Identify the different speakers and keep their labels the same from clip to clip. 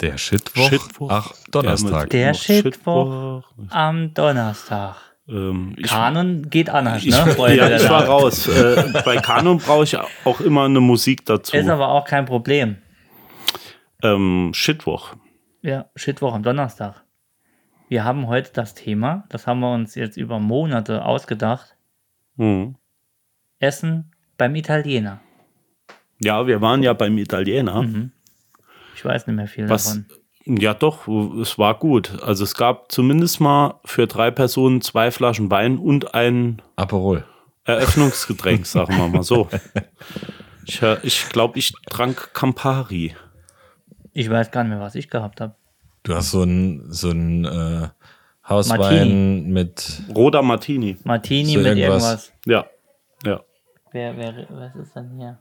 Speaker 1: Der Shitwoch.
Speaker 2: Shitwoch.
Speaker 1: Ach, Donnerstag.
Speaker 2: Ja,
Speaker 3: Der
Speaker 2: mit
Speaker 3: Shitwoch am Donnerstag.
Speaker 2: Ähm, ich,
Speaker 3: Kanon geht anders,
Speaker 2: ich,
Speaker 3: ne? Freunde
Speaker 2: ja,
Speaker 3: der
Speaker 2: ich war
Speaker 3: Nacht.
Speaker 2: raus. Äh, bei Kanon brauche ich auch immer eine Musik dazu.
Speaker 3: Ist aber auch kein Problem.
Speaker 2: Ähm, Shitwoch.
Speaker 3: Ja, Shitwoch am Donnerstag. Wir haben heute das Thema, das haben wir uns jetzt über Monate ausgedacht.
Speaker 2: Hm.
Speaker 3: Essen beim Italiener.
Speaker 2: Ja, wir waren ja beim Italiener.
Speaker 3: Mhm, Ich weiß nicht mehr viel
Speaker 2: Was,
Speaker 3: davon.
Speaker 2: ja, doch, es war gut. Also es gab zumindest mal für drei Personen zwei Flaschen Wein und ein
Speaker 1: Aperol.
Speaker 2: Eröffnungsgetränk, sagen wir mal so. Ich, äh, ich glaube, ich trank Campari.
Speaker 3: Ich weiß gar nicht mehr, was ich gehabt habe.
Speaker 1: Du hast so ein, so ein äh, Hauswein mit.
Speaker 2: Roter Martini.
Speaker 3: Martini
Speaker 1: So
Speaker 3: mit
Speaker 1: irgendwas.
Speaker 3: irgendwas.
Speaker 2: Ja. Ja.
Speaker 3: Wer, wer, was ist denn hier?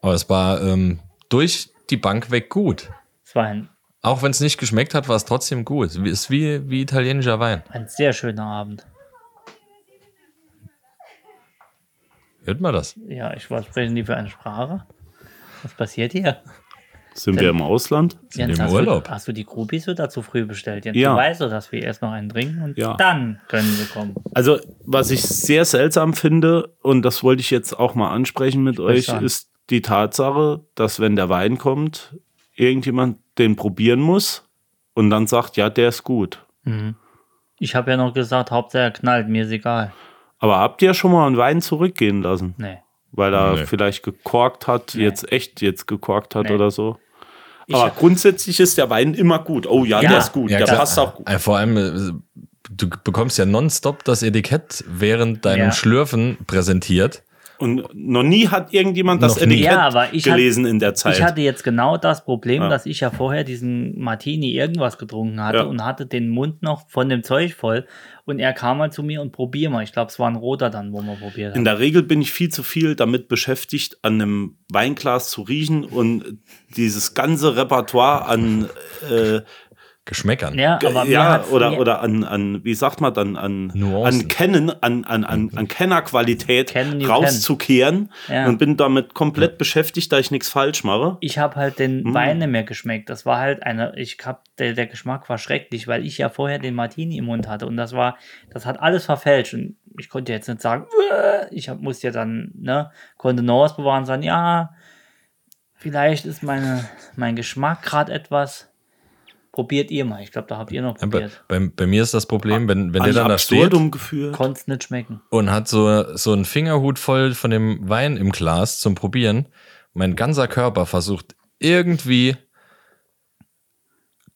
Speaker 1: Aber es war ähm, durch die Bank weg gut.
Speaker 3: Es war ein,
Speaker 1: Auch wenn es nicht geschmeckt hat, war es trotzdem gut. Es Ist wie, wie italienischer Wein.
Speaker 3: ein sehr schöner Abend.
Speaker 1: Hört man das?
Speaker 3: Ja, ich was sprechen die für eine Sprache? Was passiert hier?
Speaker 2: Sind wir im Ausland?
Speaker 1: Sind
Speaker 3: Jens,
Speaker 1: im
Speaker 3: hast
Speaker 1: Urlaub.
Speaker 3: Du, hast du die Groupies wieder zu früh bestellt? Jens,
Speaker 2: Ja.
Speaker 3: Du weißt doch, dass wir erst noch einen trinken und
Speaker 2: Ja.
Speaker 3: dann können wir kommen.
Speaker 2: Also, was ich sehr seltsam finde, und das wollte ich jetzt auch mal ansprechen mit euch,
Speaker 3: an.
Speaker 2: ist die Tatsache, dass wenn der Wein kommt, irgendjemand den probieren muss und dann sagt, ja, der ist gut.
Speaker 1: Mhm.
Speaker 3: Ich habe ja noch gesagt, Hauptsache er knallt, mir ist egal.
Speaker 2: Aber habt ihr schon mal einen Wein zurückgehen lassen?
Speaker 3: Nee.
Speaker 2: Weil er
Speaker 1: Nee.
Speaker 2: vielleicht gekorkt hat, jetzt echt jetzt gekorkt hat
Speaker 3: Nee.
Speaker 2: oder so.
Speaker 3: Ich
Speaker 2: Aber
Speaker 3: hab-
Speaker 2: grundsätzlich ist der Wein immer gut. Oh ja,
Speaker 3: Ja.
Speaker 2: der ist gut. der
Speaker 1: klar.
Speaker 2: passt auch gut.
Speaker 1: Äh, Vor allem, äh, du bekommst ja nonstop das Etikett während deinem
Speaker 3: Ja.
Speaker 1: Schlürfen präsentiert.
Speaker 2: Und noch nie hat irgendjemand das
Speaker 1: Noch nie.
Speaker 2: Etikett
Speaker 3: Ja, aber ich
Speaker 2: gelesen in der Zeit.
Speaker 3: Ich hatte jetzt genau das Problem,
Speaker 2: Ja.
Speaker 3: dass ich ja vorher diesen Martini irgendwas getrunken hatte
Speaker 2: Ja.
Speaker 3: und hatte den Mund noch von dem Zeug voll. Und er kam mal zu mir und probier mal. Ich glaube, es war ein roter dann, wo man probiert
Speaker 2: In
Speaker 3: hat.
Speaker 2: der Regel bin ich viel zu viel damit beschäftigt, an einem Weinglas zu riechen und dieses ganze Repertoire an, äh,
Speaker 1: Geschmäckern.
Speaker 3: Ja, aber mir
Speaker 2: ja,
Speaker 3: hat's-
Speaker 2: oder,
Speaker 3: mir-
Speaker 2: oder an, an, wie sagt man dann, an,
Speaker 1: Nuancen.
Speaker 2: an Kennen, an, an, an, an Kennerqualität
Speaker 3: Kennen you
Speaker 2: rauszukehren
Speaker 3: Ja.
Speaker 2: und bin damit komplett beschäftigt, da ich nichts falsch mache.
Speaker 3: ich habe halt den
Speaker 2: Hm.
Speaker 3: Wein nicht mehr geschmeckt. Das war halt eine, ich hab, der, der Geschmack war schrecklich, weil ich ja vorher den Martini im Mund hatte und das war, das hat alles verfälscht und ich konnte jetzt nicht sagen, "Uah." ich hab, musste ja dann, ne, konnte Norris bewahren und sagen, ja, vielleicht ist meine, mein Geschmack gerade etwas. Probiert ihr mal. Ich glaube, da habt ihr noch
Speaker 1: Ja, Bei,
Speaker 3: probiert.
Speaker 1: bei, bei mir ist das Problem, wenn, wenn der
Speaker 2: An
Speaker 1: dann da steht
Speaker 2: Absurdum geführt.
Speaker 3: Konnte es nicht schmecken.
Speaker 1: und hat so, so einen Fingerhut voll von dem Wein im Glas zum Probieren, mein ganzer Körper versucht irgendwie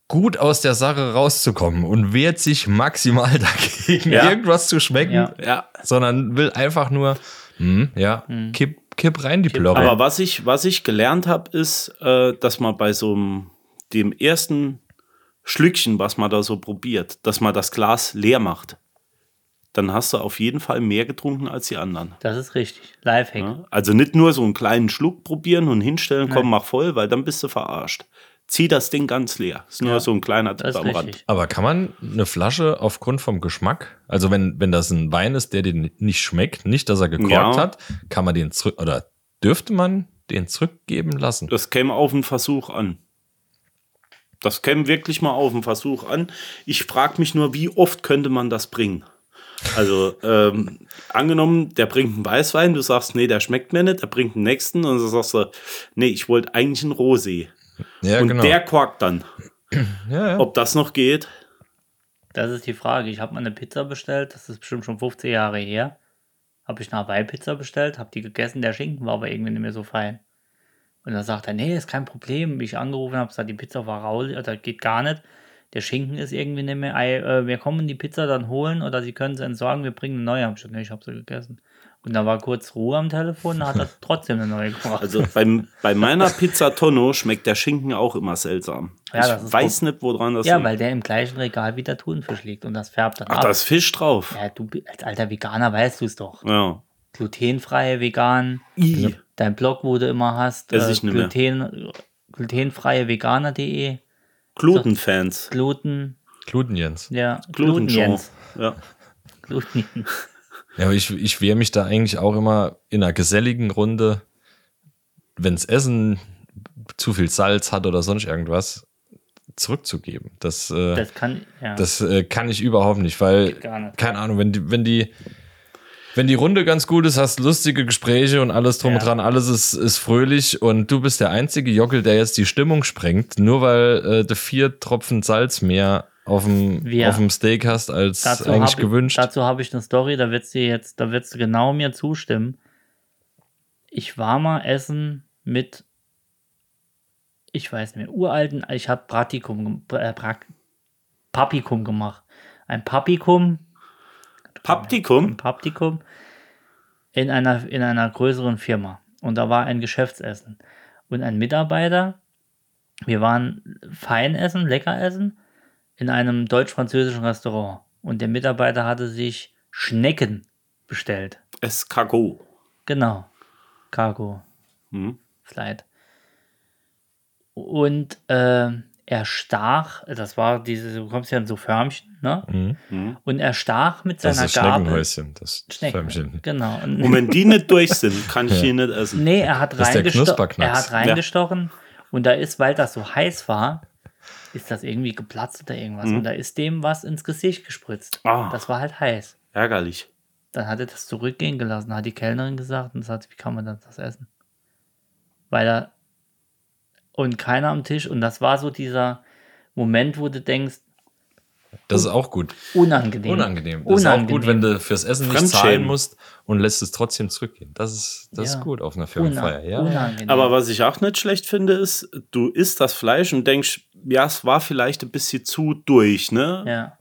Speaker 1: gut aus der Sache rauszukommen und wehrt sich maximal dagegen,
Speaker 2: Ja.
Speaker 1: irgendwas zu schmecken,
Speaker 3: Ja.
Speaker 2: Ja,
Speaker 1: sondern will einfach nur, hm, ja, kipp, kipp rein die Plörre.
Speaker 2: Aber was ich, was ich gelernt habe, ist, äh, dass man bei so einem, dem ersten Schlückchen, was man da so probiert, dass man das Glas leer macht. Dann hast du auf jeden Fall mehr getrunken als die anderen.
Speaker 3: Das ist richtig. Lifehack.
Speaker 2: Ne? Also nicht nur so einen kleinen Schluck probieren und hinstellen, komm, mach voll, weil dann bist du verarscht. Zieh das Ding ganz leer. Ist nur so ein kleiner Tipp
Speaker 3: Das ist
Speaker 2: am Rand.
Speaker 3: richtig.
Speaker 1: Aber kann man eine Flasche aufgrund vom Geschmack, also wenn, wenn das ein Wein ist, der den nicht schmeckt, nicht, dass er gekorkt
Speaker 2: Ja.
Speaker 1: hat, kann man den zurück, oder dürfte man den zurückgeben lassen?
Speaker 2: Das käme auf einen Versuch an. Das käme wirklich mal auf einen Versuch an. Ich frage mich nur, wie oft könnte man das bringen? Also, ähm, angenommen, der bringt einen Weißwein, du sagst, nee, der schmeckt mir nicht, der bringt einen nächsten und dann sagst du, nee, ich wollte eigentlich einen Rosé.
Speaker 1: Ja,
Speaker 3: genau.
Speaker 1: genau.
Speaker 2: und der korkt dann.
Speaker 1: ja, ja.
Speaker 2: Ob das noch geht?
Speaker 3: Das ist die Frage. Ich habe mal eine Pizza bestellt, das ist bestimmt schon 15 Jahre her. Habe ich eine Hawaii-Pizza bestellt, habe die gegessen, der Schinken war aber irgendwie nicht mehr so fein. Und dann sagt er, nee, ist kein Problem. Ich angerufen habe, gesagt, die Pizza war rau, oder geht gar nicht. Der Schinken ist irgendwie nicht mehr, ei, äh, wir kommen die Pizza dann holen oder sie können sie entsorgen, wir bringen eine neue. Hab Ich gesagt, nee, ich habe sie gegessen. Und dann war kurz Ruhe am Telefon, dann hat er trotzdem eine neue gebracht.
Speaker 2: Also, beim, bei meiner Pizza Tonno schmeckt der Schinken auch immer seltsam.
Speaker 3: Ja, das
Speaker 2: ich
Speaker 3: ist
Speaker 2: weiß nicht, woran das
Speaker 3: ja,
Speaker 2: liegt.
Speaker 3: weil der im gleichen Regal wie der Thunfisch liegt und das färbt dann
Speaker 2: Ach,
Speaker 3: ab.
Speaker 2: da ist Fisch drauf.
Speaker 3: ja, du als alter Veganer weißt du es doch.
Speaker 2: Ja.
Speaker 3: glutenfrei, vegan.
Speaker 2: I.
Speaker 1: Genau.
Speaker 3: Dein Blog, wo du immer hast, äh,
Speaker 2: Ess ich nicht mehr.
Speaker 3: gluten, glutenfreie veganer.de,
Speaker 2: Glutenfans.
Speaker 3: Gluten,
Speaker 1: Kluten Jens.
Speaker 3: ja, Gluten
Speaker 2: Gluten
Speaker 3: Jens.
Speaker 2: ja.
Speaker 3: Gluten Jens.
Speaker 1: Ja, aber ich, ich wehre mich da eigentlich auch immer in einer geselligen Runde, wenns Essen zu viel Salz hat oder sonst irgendwas, zurückzugeben. Das, äh, das,
Speaker 3: Das kann, ja,
Speaker 1: äh, kann ich überhaupt nicht, weil,
Speaker 3: gar nicht.
Speaker 1: keine Ahnung, wenn die, wenn die, wenn die Runde ganz gut ist, hast lustige Gespräche und alles drum und
Speaker 3: Ja.
Speaker 1: dran, alles ist, ist fröhlich und du bist der einzige Jockel, der jetzt die Stimmung sprengt, nur weil äh, du vier Tropfen Salz mehr auf dem,
Speaker 3: Ja.
Speaker 1: auf dem Steak hast, als
Speaker 3: dazu
Speaker 1: eigentlich
Speaker 3: hab,
Speaker 1: gewünscht.
Speaker 3: Dazu habe ich eine Story, da wird sie jetzt, da wird sie genau mir zustimmen. Ich war mal essen mit, ich weiß nicht mehr, uralten, ich habe Praktikum, gem- äh, Prak- Papikum gemacht. Ein Papikum, im
Speaker 2: Paptikum?
Speaker 3: Praktikum in einer, in einer größeren Firma. Und da war ein Geschäftsessen. Und ein Mitarbeiter, wir waren fein essen, lecker essen, in einem deutsch-französischen Restaurant. Und der Mitarbeiter hatte sich Schnecken bestellt.
Speaker 2: Escargot.
Speaker 3: Genau. Cargo.
Speaker 2: Hm?
Speaker 3: Slide. Und äh, er stach, das war diese, du kommst ja in so Förmchen, ne?
Speaker 1: Mhm.
Speaker 2: Hm?
Speaker 3: Und er stach mit
Speaker 1: Das
Speaker 3: seiner
Speaker 1: ist
Speaker 3: Gabel.
Speaker 1: Schneckenhäuschen, das
Speaker 3: Schnecken.
Speaker 1: Förmchen.
Speaker 3: Genau. Und-
Speaker 2: Und wenn die nicht durch sind, kann ich die nicht essen.
Speaker 3: Nee, er hat,
Speaker 1: Das ist der
Speaker 3: reingesto-
Speaker 1: Knusperknacks.
Speaker 3: er hat reingestochen und da ist, weil das so heiß war, ist das irgendwie geplatzt oder irgendwas. Und da ist dem was ins Gesicht gespritzt.
Speaker 2: Ah.
Speaker 3: Das war halt heiß.
Speaker 2: Ärgerlich.
Speaker 3: Dann hat er das zurückgehen gelassen, hat die Kellnerin gesagt und sagt, wie kann man das, das essen? Weil er und keiner am Tisch und das war so dieser Moment, wo du denkst,
Speaker 1: Das ist auch gut.
Speaker 3: unangenehm.
Speaker 1: Unangenehm. Das ist auch gut, wenn du fürs Essen nicht zahlen
Speaker 2: Fremdschämen.
Speaker 1: musst und lässt es trotzdem zurückgehen. Das ist, das
Speaker 3: Ja.
Speaker 1: ist gut auf einer Firmenfeier,
Speaker 3: Una
Speaker 1: ja.
Speaker 3: Unangenehm.
Speaker 2: Aber was ich auch nicht schlecht finde, ist, du isst das Fleisch und denkst, ja, es war vielleicht ein bisschen zu durch, ne?
Speaker 3: ja.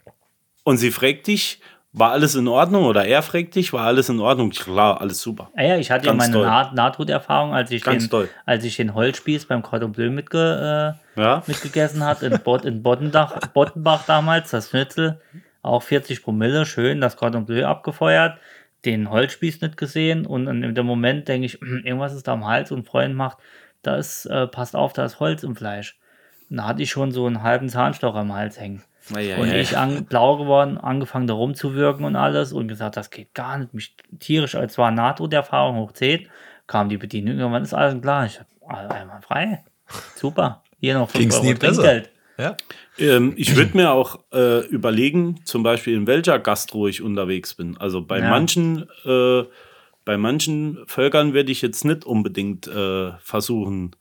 Speaker 2: Und sie fragt dich, war alles in Ordnung? Oder er fragt dich, war alles in Ordnung? Klar, alles super.
Speaker 3: Ah ja, ich hatte
Speaker 2: Ganz
Speaker 3: ja meine
Speaker 2: toll.
Speaker 3: nah Nahtoderfahrung, als ich
Speaker 2: Ganz
Speaker 3: den,
Speaker 2: toll.
Speaker 3: als ich den Holzspieß beim Cordon Bleu mitge äh,
Speaker 2: Ja.
Speaker 3: mitgegessen hat in, Bot in Bottendach, Bottenbach damals, das Schnitzel, auch 40 Promille, schön das Cordon Bleu abgefeuert, den Holzspieß nicht gesehen und in dem Moment denke ich, "Hm, irgendwas ist da am Hals und ein Freund macht, da ist, äh, passt auf, da ist Holz im Fleisch. Und da hatte ich schon so einen halben Zahnstocher am Hals hängen. Und ich an, blau geworden, angefangen da rumzuwirken und alles und gesagt, das geht gar nicht, mich tierisch, als war NATO-Erfahrung hoch 10, kam die Bedienung, irgendwann ist alles klar, ich hab ah, einmal frei, super, hier noch 5
Speaker 1: Ging's
Speaker 3: Euro
Speaker 1: nie besser.
Speaker 3: Trinkgeld.
Speaker 1: ja.
Speaker 2: Ähm, ich würde mir auch äh, überlegen, zum Beispiel in welcher Gastro ich unterwegs bin. Also bei
Speaker 3: Ja.
Speaker 2: manchen, äh, bei manchen Völkern werde ich jetzt nicht unbedingt äh, versuchen,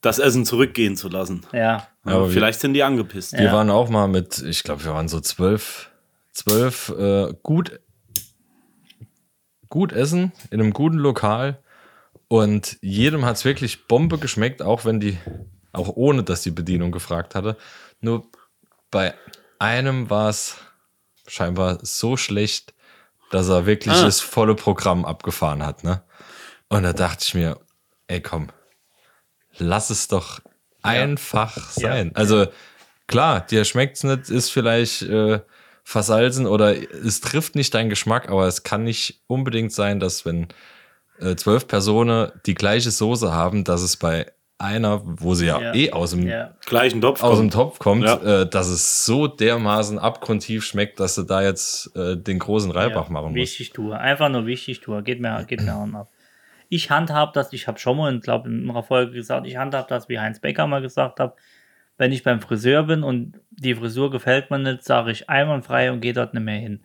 Speaker 2: das Essen zurückgehen zu lassen.
Speaker 3: Ja,
Speaker 1: Aber
Speaker 2: Aber
Speaker 1: wir-
Speaker 2: Vielleicht sind die angepisst.
Speaker 1: Wir
Speaker 3: Ja.
Speaker 1: waren auch mal mit, ich glaube, wir waren so zwölf, zwölf äh, gut, gut essen in einem guten Lokal und jedem hat es wirklich Bombe geschmeckt, auch wenn die, auch ohne, dass die Bedienung gefragt hatte. Nur bei einem war es scheinbar so schlecht, dass er wirklich
Speaker 2: Ah.
Speaker 1: das volle Programm abgefahren hat, ne? Und da dachte ich mir, ey komm, lass es doch einfach sein. Also klar, dir schmeckt es nicht, ist vielleicht äh, versalzen oder es trifft nicht deinen Geschmack, aber es kann nicht unbedingt sein, dass wenn äh, zwölf Personen die gleiche Soße haben, dass es bei einer, wo sie ja,
Speaker 3: Ja.
Speaker 1: eh aus dem,
Speaker 3: ja.
Speaker 2: Gleichen Topf.
Speaker 1: aus dem
Speaker 2: kommt.
Speaker 1: Topf kommt,
Speaker 2: Ja.
Speaker 1: äh, dass es so dermaßen abgrundtief schmeckt, dass du da jetzt äh, den großen Reibach machen musst.
Speaker 3: Wichtig Tour, einfach nur wichtig Tour, geht mir, geht mir auch ab. Ich handhab das, ich habe schon mal, ich glaube, in einer Folge gesagt, ich handhab das, wie Heinz Becker mal gesagt hat, wenn ich beim Friseur bin und die Frisur gefällt mir nicht, sage ich einwandfrei und gehe dort nicht mehr hin.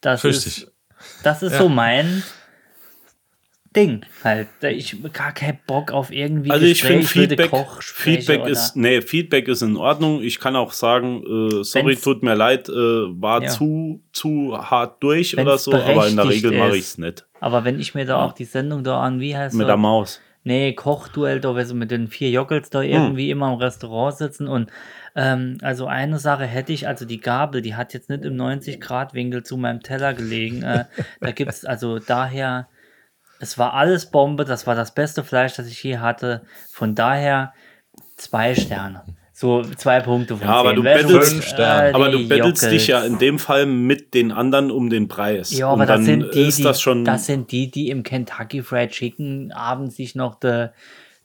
Speaker 3: Das
Speaker 1: Richtig.
Speaker 3: ist, das ist so mein Ding halt. Ich hab gar keinen Bock auf irgendwie
Speaker 2: Also ich finde
Speaker 3: Gespräch, wilde
Speaker 2: Feedback,
Speaker 3: Kochgespräche
Speaker 2: Feedback
Speaker 3: oder-
Speaker 2: ist, nee, Feedback ist in Ordnung. Ich kann auch sagen, äh, sorry,
Speaker 3: Wenn's-
Speaker 2: tut mir leid, äh, war
Speaker 3: Ja.
Speaker 2: zu, zu hart durch
Speaker 3: Wenn's
Speaker 2: oder so, aber in der
Speaker 3: berechtigt
Speaker 2: Regel mache
Speaker 3: ist.
Speaker 2: ich es nicht.
Speaker 3: Aber wenn ich mir da auch die Sendung da an, wie heißt
Speaker 2: Mit
Speaker 3: sie?
Speaker 2: der Maus.
Speaker 3: Nee, Kochduell, da wir so mit den vier Jockels da irgendwie immer im Restaurant sitzen und ähm, also eine Sache hätte ich, also die Gabel, die hat jetzt nicht im 90-Grad-Winkel zu meinem Teller gelegen. Äh, da gibt es also daher, es war alles Bombe, das war das beste Fleisch, das ich je hatte. Von daher zwei Sterne. So zwei Punkte von
Speaker 2: Ja, aber
Speaker 3: zehn.
Speaker 2: du
Speaker 3: Wer schon-
Speaker 2: bettelst-
Speaker 1: Fünf Sterne.
Speaker 3: äh, die
Speaker 2: Aber du bettelst dich ja
Speaker 3: Jockels.
Speaker 2: in dem Fall mit den anderen um den Preis.
Speaker 3: Ja, aber
Speaker 2: Und
Speaker 3: das
Speaker 2: dann
Speaker 3: sind, die,
Speaker 2: ist das
Speaker 3: die,
Speaker 2: schon.
Speaker 3: das sind die, die im Kentucky Fried Chicken abends sich noch de,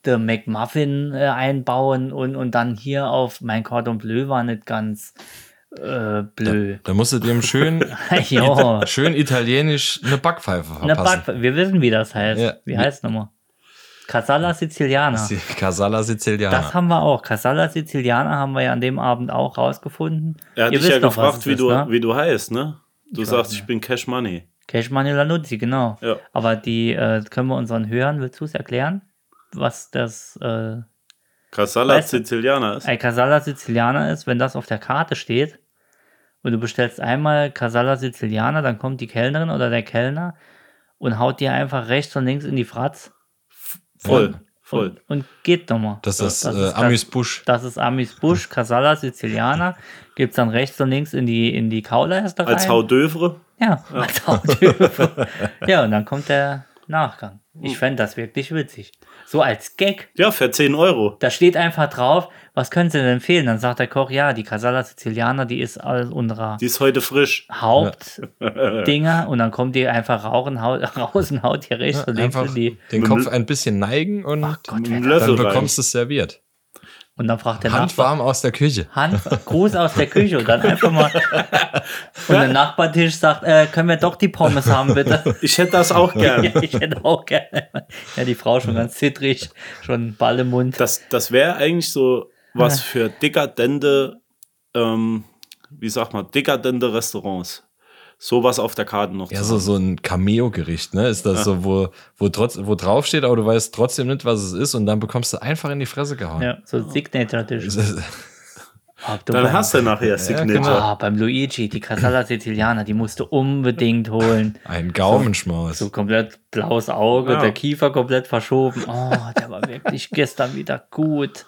Speaker 3: de McMuffin äh, einbauen und, und dann hier auf mein Cordon Bleu war nicht ganz äh, blö.
Speaker 1: Da musst du dem schön,
Speaker 3: ja,
Speaker 1: schön italienisch eine Backpfeife
Speaker 3: eine
Speaker 1: verpassen.
Speaker 3: Back, wir wissen, wie das heißt.
Speaker 1: Ja.
Speaker 3: Wie heißt nochmal? Casala Siciliana.
Speaker 1: Casala Siciliana.
Speaker 3: Das haben wir auch. Casala Siciliana haben wir ja an dem Abend auch rausgefunden.
Speaker 2: Er hat
Speaker 3: Ihr
Speaker 2: dich ja
Speaker 3: wisst doch, was
Speaker 2: gefragt,
Speaker 3: es
Speaker 2: wie,
Speaker 3: ist,
Speaker 2: du,
Speaker 3: ne?
Speaker 2: wie du heißt, ne? Du
Speaker 3: Ich
Speaker 2: sagst,
Speaker 3: weiß
Speaker 2: ich bin Cash Money.
Speaker 3: Cash Money Lanuzzi, genau.
Speaker 2: Ja.
Speaker 3: Aber die äh, können wir unseren Hörern, willst du es erklären? Was das äh,
Speaker 2: Casala
Speaker 3: Weißt du-
Speaker 2: Siciliana ist.
Speaker 3: ein Casala Siciliana ist, wenn das auf der Karte steht und du bestellst einmal Casala Siciliana, dann kommt die Kellnerin oder der Kellner und haut dir einfach rechts und links in die Fratz
Speaker 2: Voll, voll.
Speaker 3: Und, und geht nochmal.
Speaker 1: Das ist,
Speaker 3: das
Speaker 1: äh,
Speaker 3: ist
Speaker 1: Amis Busch.
Speaker 3: Das ist Amis Busch, Casala Siciliana, gibt es dann rechts und links in die, in die Kaula erst rein.
Speaker 2: Als Hau d'oeuvre.
Speaker 3: Ja, als Hautdürfe. ja, und dann kommt der Nachgang. Ich fände das wirklich witzig. So als Gag.
Speaker 2: Ja, für 10 Euro.
Speaker 3: Da steht einfach drauf, was können Sie denn empfehlen? Dann sagt der Koch, ja, die Casala Siciliana, die ist alles unserer
Speaker 2: Die ist heute frisch.
Speaker 3: Hauptdinger. Und dann kommt die einfach rauchen, hau, raus und haut hier rechts und links
Speaker 1: Einfach
Speaker 3: in die.
Speaker 1: den Kopf ein bisschen neigen und
Speaker 3: Gott,
Speaker 2: Mit einem
Speaker 1: dann
Speaker 2: Löffel rein.
Speaker 1: bekommst du es serviert.
Speaker 3: Und dann fragt der Nachbar,
Speaker 1: Handwarm aus der Küche.
Speaker 3: Hand, Gruß aus der Küche und dann einfach mal. Und der Nachbartisch sagt, äh, können wir doch die Pommes haben, bitte.
Speaker 2: Ich hätte das auch gern.
Speaker 3: Ja, ich hätte auch gerne. Ja, die Frau schon ganz zittrig, schon Ball im Mund.
Speaker 2: Das, das wäre eigentlich so was für dekadente, ähm, wie sagt man, dekadente Restaurants. Sowas auf der Karte noch.
Speaker 1: Ja,
Speaker 2: zu
Speaker 1: so, so ein Cameo-Gericht, ne? Ist das so, wo, wo, trotz, wo drauf steht, aber du weißt trotzdem nicht, was es ist und dann bekommst du einfach in die Fresse gehauen.
Speaker 3: Ja, so ein Signature-Tisch.
Speaker 1: Das ist-
Speaker 3: Ach,
Speaker 2: haben. Also,
Speaker 3: du
Speaker 2: Dann
Speaker 3: Mann.
Speaker 2: hast du nachher
Speaker 1: genau.
Speaker 2: Signature.
Speaker 3: Ah, beim Luigi, die Casala Siciliana, die musst du unbedingt holen.
Speaker 1: Ein Gaumenschmaus.
Speaker 3: So komplett blaues Auge,
Speaker 2: Ja.
Speaker 3: der Kiefer komplett verschoben. Oh, der war wirklich gestern wieder gut.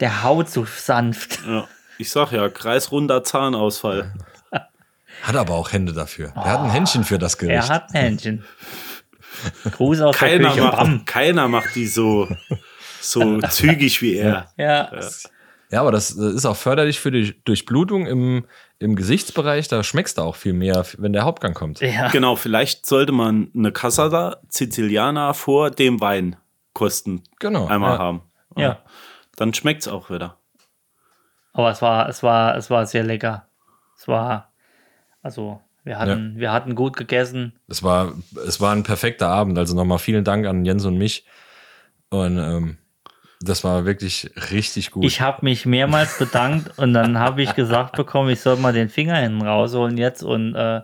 Speaker 3: Der haut so sanft.
Speaker 2: ja. Ich sag ja, kreisrunder Zahnausfall.
Speaker 1: Hat aber auch Hände dafür. Er hat ein Händchen für das Gericht.
Speaker 3: Oh. Er hat ein Händchen. Gruß aus der
Speaker 2: Keiner
Speaker 3: Küche. Bam.
Speaker 2: macht, keiner macht die so, so zügig wie er.
Speaker 3: Ja,
Speaker 1: Ja, aber das äh, ist auch förderlich für die Durchblutung im, im Gesichtsbereich. Da schmeckst du auch viel mehr, wenn der Hauptgang kommt.
Speaker 3: ja.
Speaker 2: Genau, vielleicht sollte man eine Cassata Siciliana vor dem Wein kosten.
Speaker 1: Genau,
Speaker 2: Einmal
Speaker 1: ja.
Speaker 2: haben.
Speaker 3: ja.
Speaker 2: Dann schmeckt's auch wieder.
Speaker 3: Aber es war, es war, es war sehr lecker. Es war, also wir hatten, wir hatten gut gegessen.
Speaker 1: Es war, es war ein perfekter Abend. Also nochmal vielen Dank an Jens und mich. Und ähm, das war wirklich richtig gut.
Speaker 3: Ich habe mich mehrmals bedankt und dann habe ich gesagt bekommen, ich soll mal den Finger hinten rausholen jetzt und äh,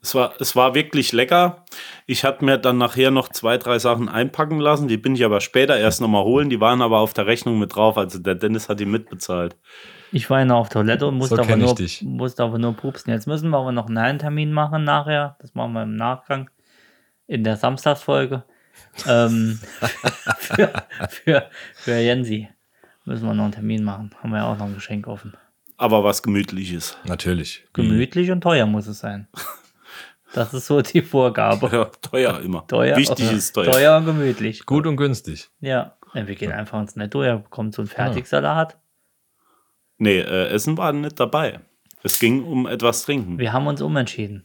Speaker 2: Es war, es war wirklich lecker. Ich hatte mir dann nachher noch zwei, drei Sachen einpacken lassen. Die bin ich aber später erst nochmal holen. Die waren aber auf der Rechnung mit drauf. Also der Dennis hat die mitbezahlt.
Speaker 3: ich war ja noch auf Toilette und musste,
Speaker 1: So
Speaker 3: aber
Speaker 1: kenn ich
Speaker 3: nur,
Speaker 1: dich.
Speaker 3: musste aber nur pupsen. Jetzt müssen wir aber noch einen neuen Termin machen nachher. Das machen wir im Nachgang in der Samstagsfolge. ähm, für, für, für Jensi müssen wir noch einen Termin machen. Haben wir ja auch noch ein Geschenk offen.
Speaker 2: Aber was Gemütliches.
Speaker 1: Natürlich.
Speaker 3: Gemütlich und teuer muss es sein. Das ist so die Vorgabe.
Speaker 2: Ja, teuer immer.
Speaker 3: Teuer,
Speaker 2: Wichtig ist teuer.
Speaker 3: teuer und gemütlich.
Speaker 1: Mhm. Gut und günstig.
Speaker 3: Ja, ja, wir gehen einfach ins Netto, er bekommt so
Speaker 2: Genau.
Speaker 3: einen Fertigsalat.
Speaker 2: Nee, äh, Essen war nicht dabei. Es ging um etwas trinken.
Speaker 3: Wir haben uns umentschieden.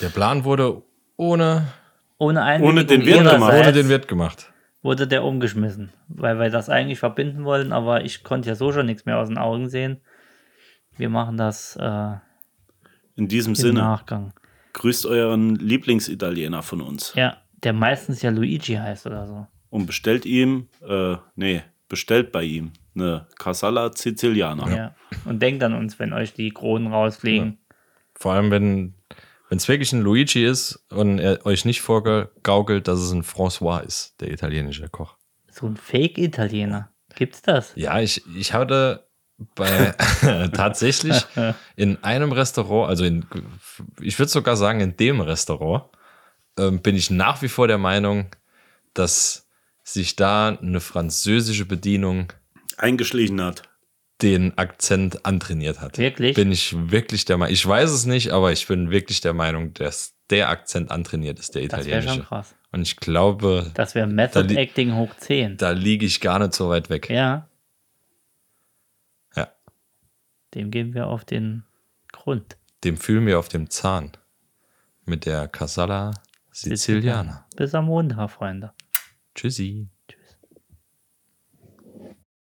Speaker 1: Der Plan wurde ohne,
Speaker 3: Ohne einen
Speaker 2: Ohne den Wirt gemacht.
Speaker 1: ohne den Wirt gemacht.
Speaker 3: wurde der umgeschmissen, weil wir das eigentlich verbinden wollten, aber ich konnte ja so schon nichts mehr aus den Augen sehen. Wir machen das äh, im
Speaker 2: In diesem Sinne,
Speaker 3: Nachgang.
Speaker 2: grüßt euren Lieblingsitaliener von uns.
Speaker 3: Ja, der meistens ja Luigi heißt oder so.
Speaker 2: Und bestellt ihm, äh, nee, bestellt bei ihm eine Casala Siciliana.
Speaker 3: Ja. Und denkt an uns, wenn euch die Kronen rausfliegen.
Speaker 1: Vor allem, wenn es wirklich ein Luigi ist und er euch nicht vorgegaukelt, dass es ein François ist, der italienische Koch.
Speaker 3: So ein Fake-Italiener. Gibt's das?
Speaker 1: Ja, ich, ich hatte bei tatsächlich in einem Restaurant, also in, ich würde sogar sagen, in dem Restaurant, ähm, bin ich nach wie vor der Meinung, dass sich da eine französische Bedienung
Speaker 2: Eingeschlichen hat.
Speaker 1: den Akzent antrainiert hat.
Speaker 3: Wirklich?
Speaker 1: Bin ich wirklich der Meinung. Ich weiß es nicht, aber ich bin wirklich der Meinung, dass der Akzent antrainiert ist, der
Speaker 3: Das wäre
Speaker 1: italienische.
Speaker 3: schon krass.
Speaker 1: Und ich glaube,
Speaker 3: Das wäre
Speaker 1: Da
Speaker 3: Method
Speaker 1: li-
Speaker 3: Acting hoch 10.
Speaker 1: da liege ich gar nicht so weit weg.
Speaker 3: Ja.
Speaker 1: Ja.
Speaker 3: Dem gehen wir auf den Grund.
Speaker 1: dem fühlen wir auf dem Zahn. Mit der Casala Siciliana.
Speaker 3: Bis am Montag, Freunde.
Speaker 1: Tschüssi.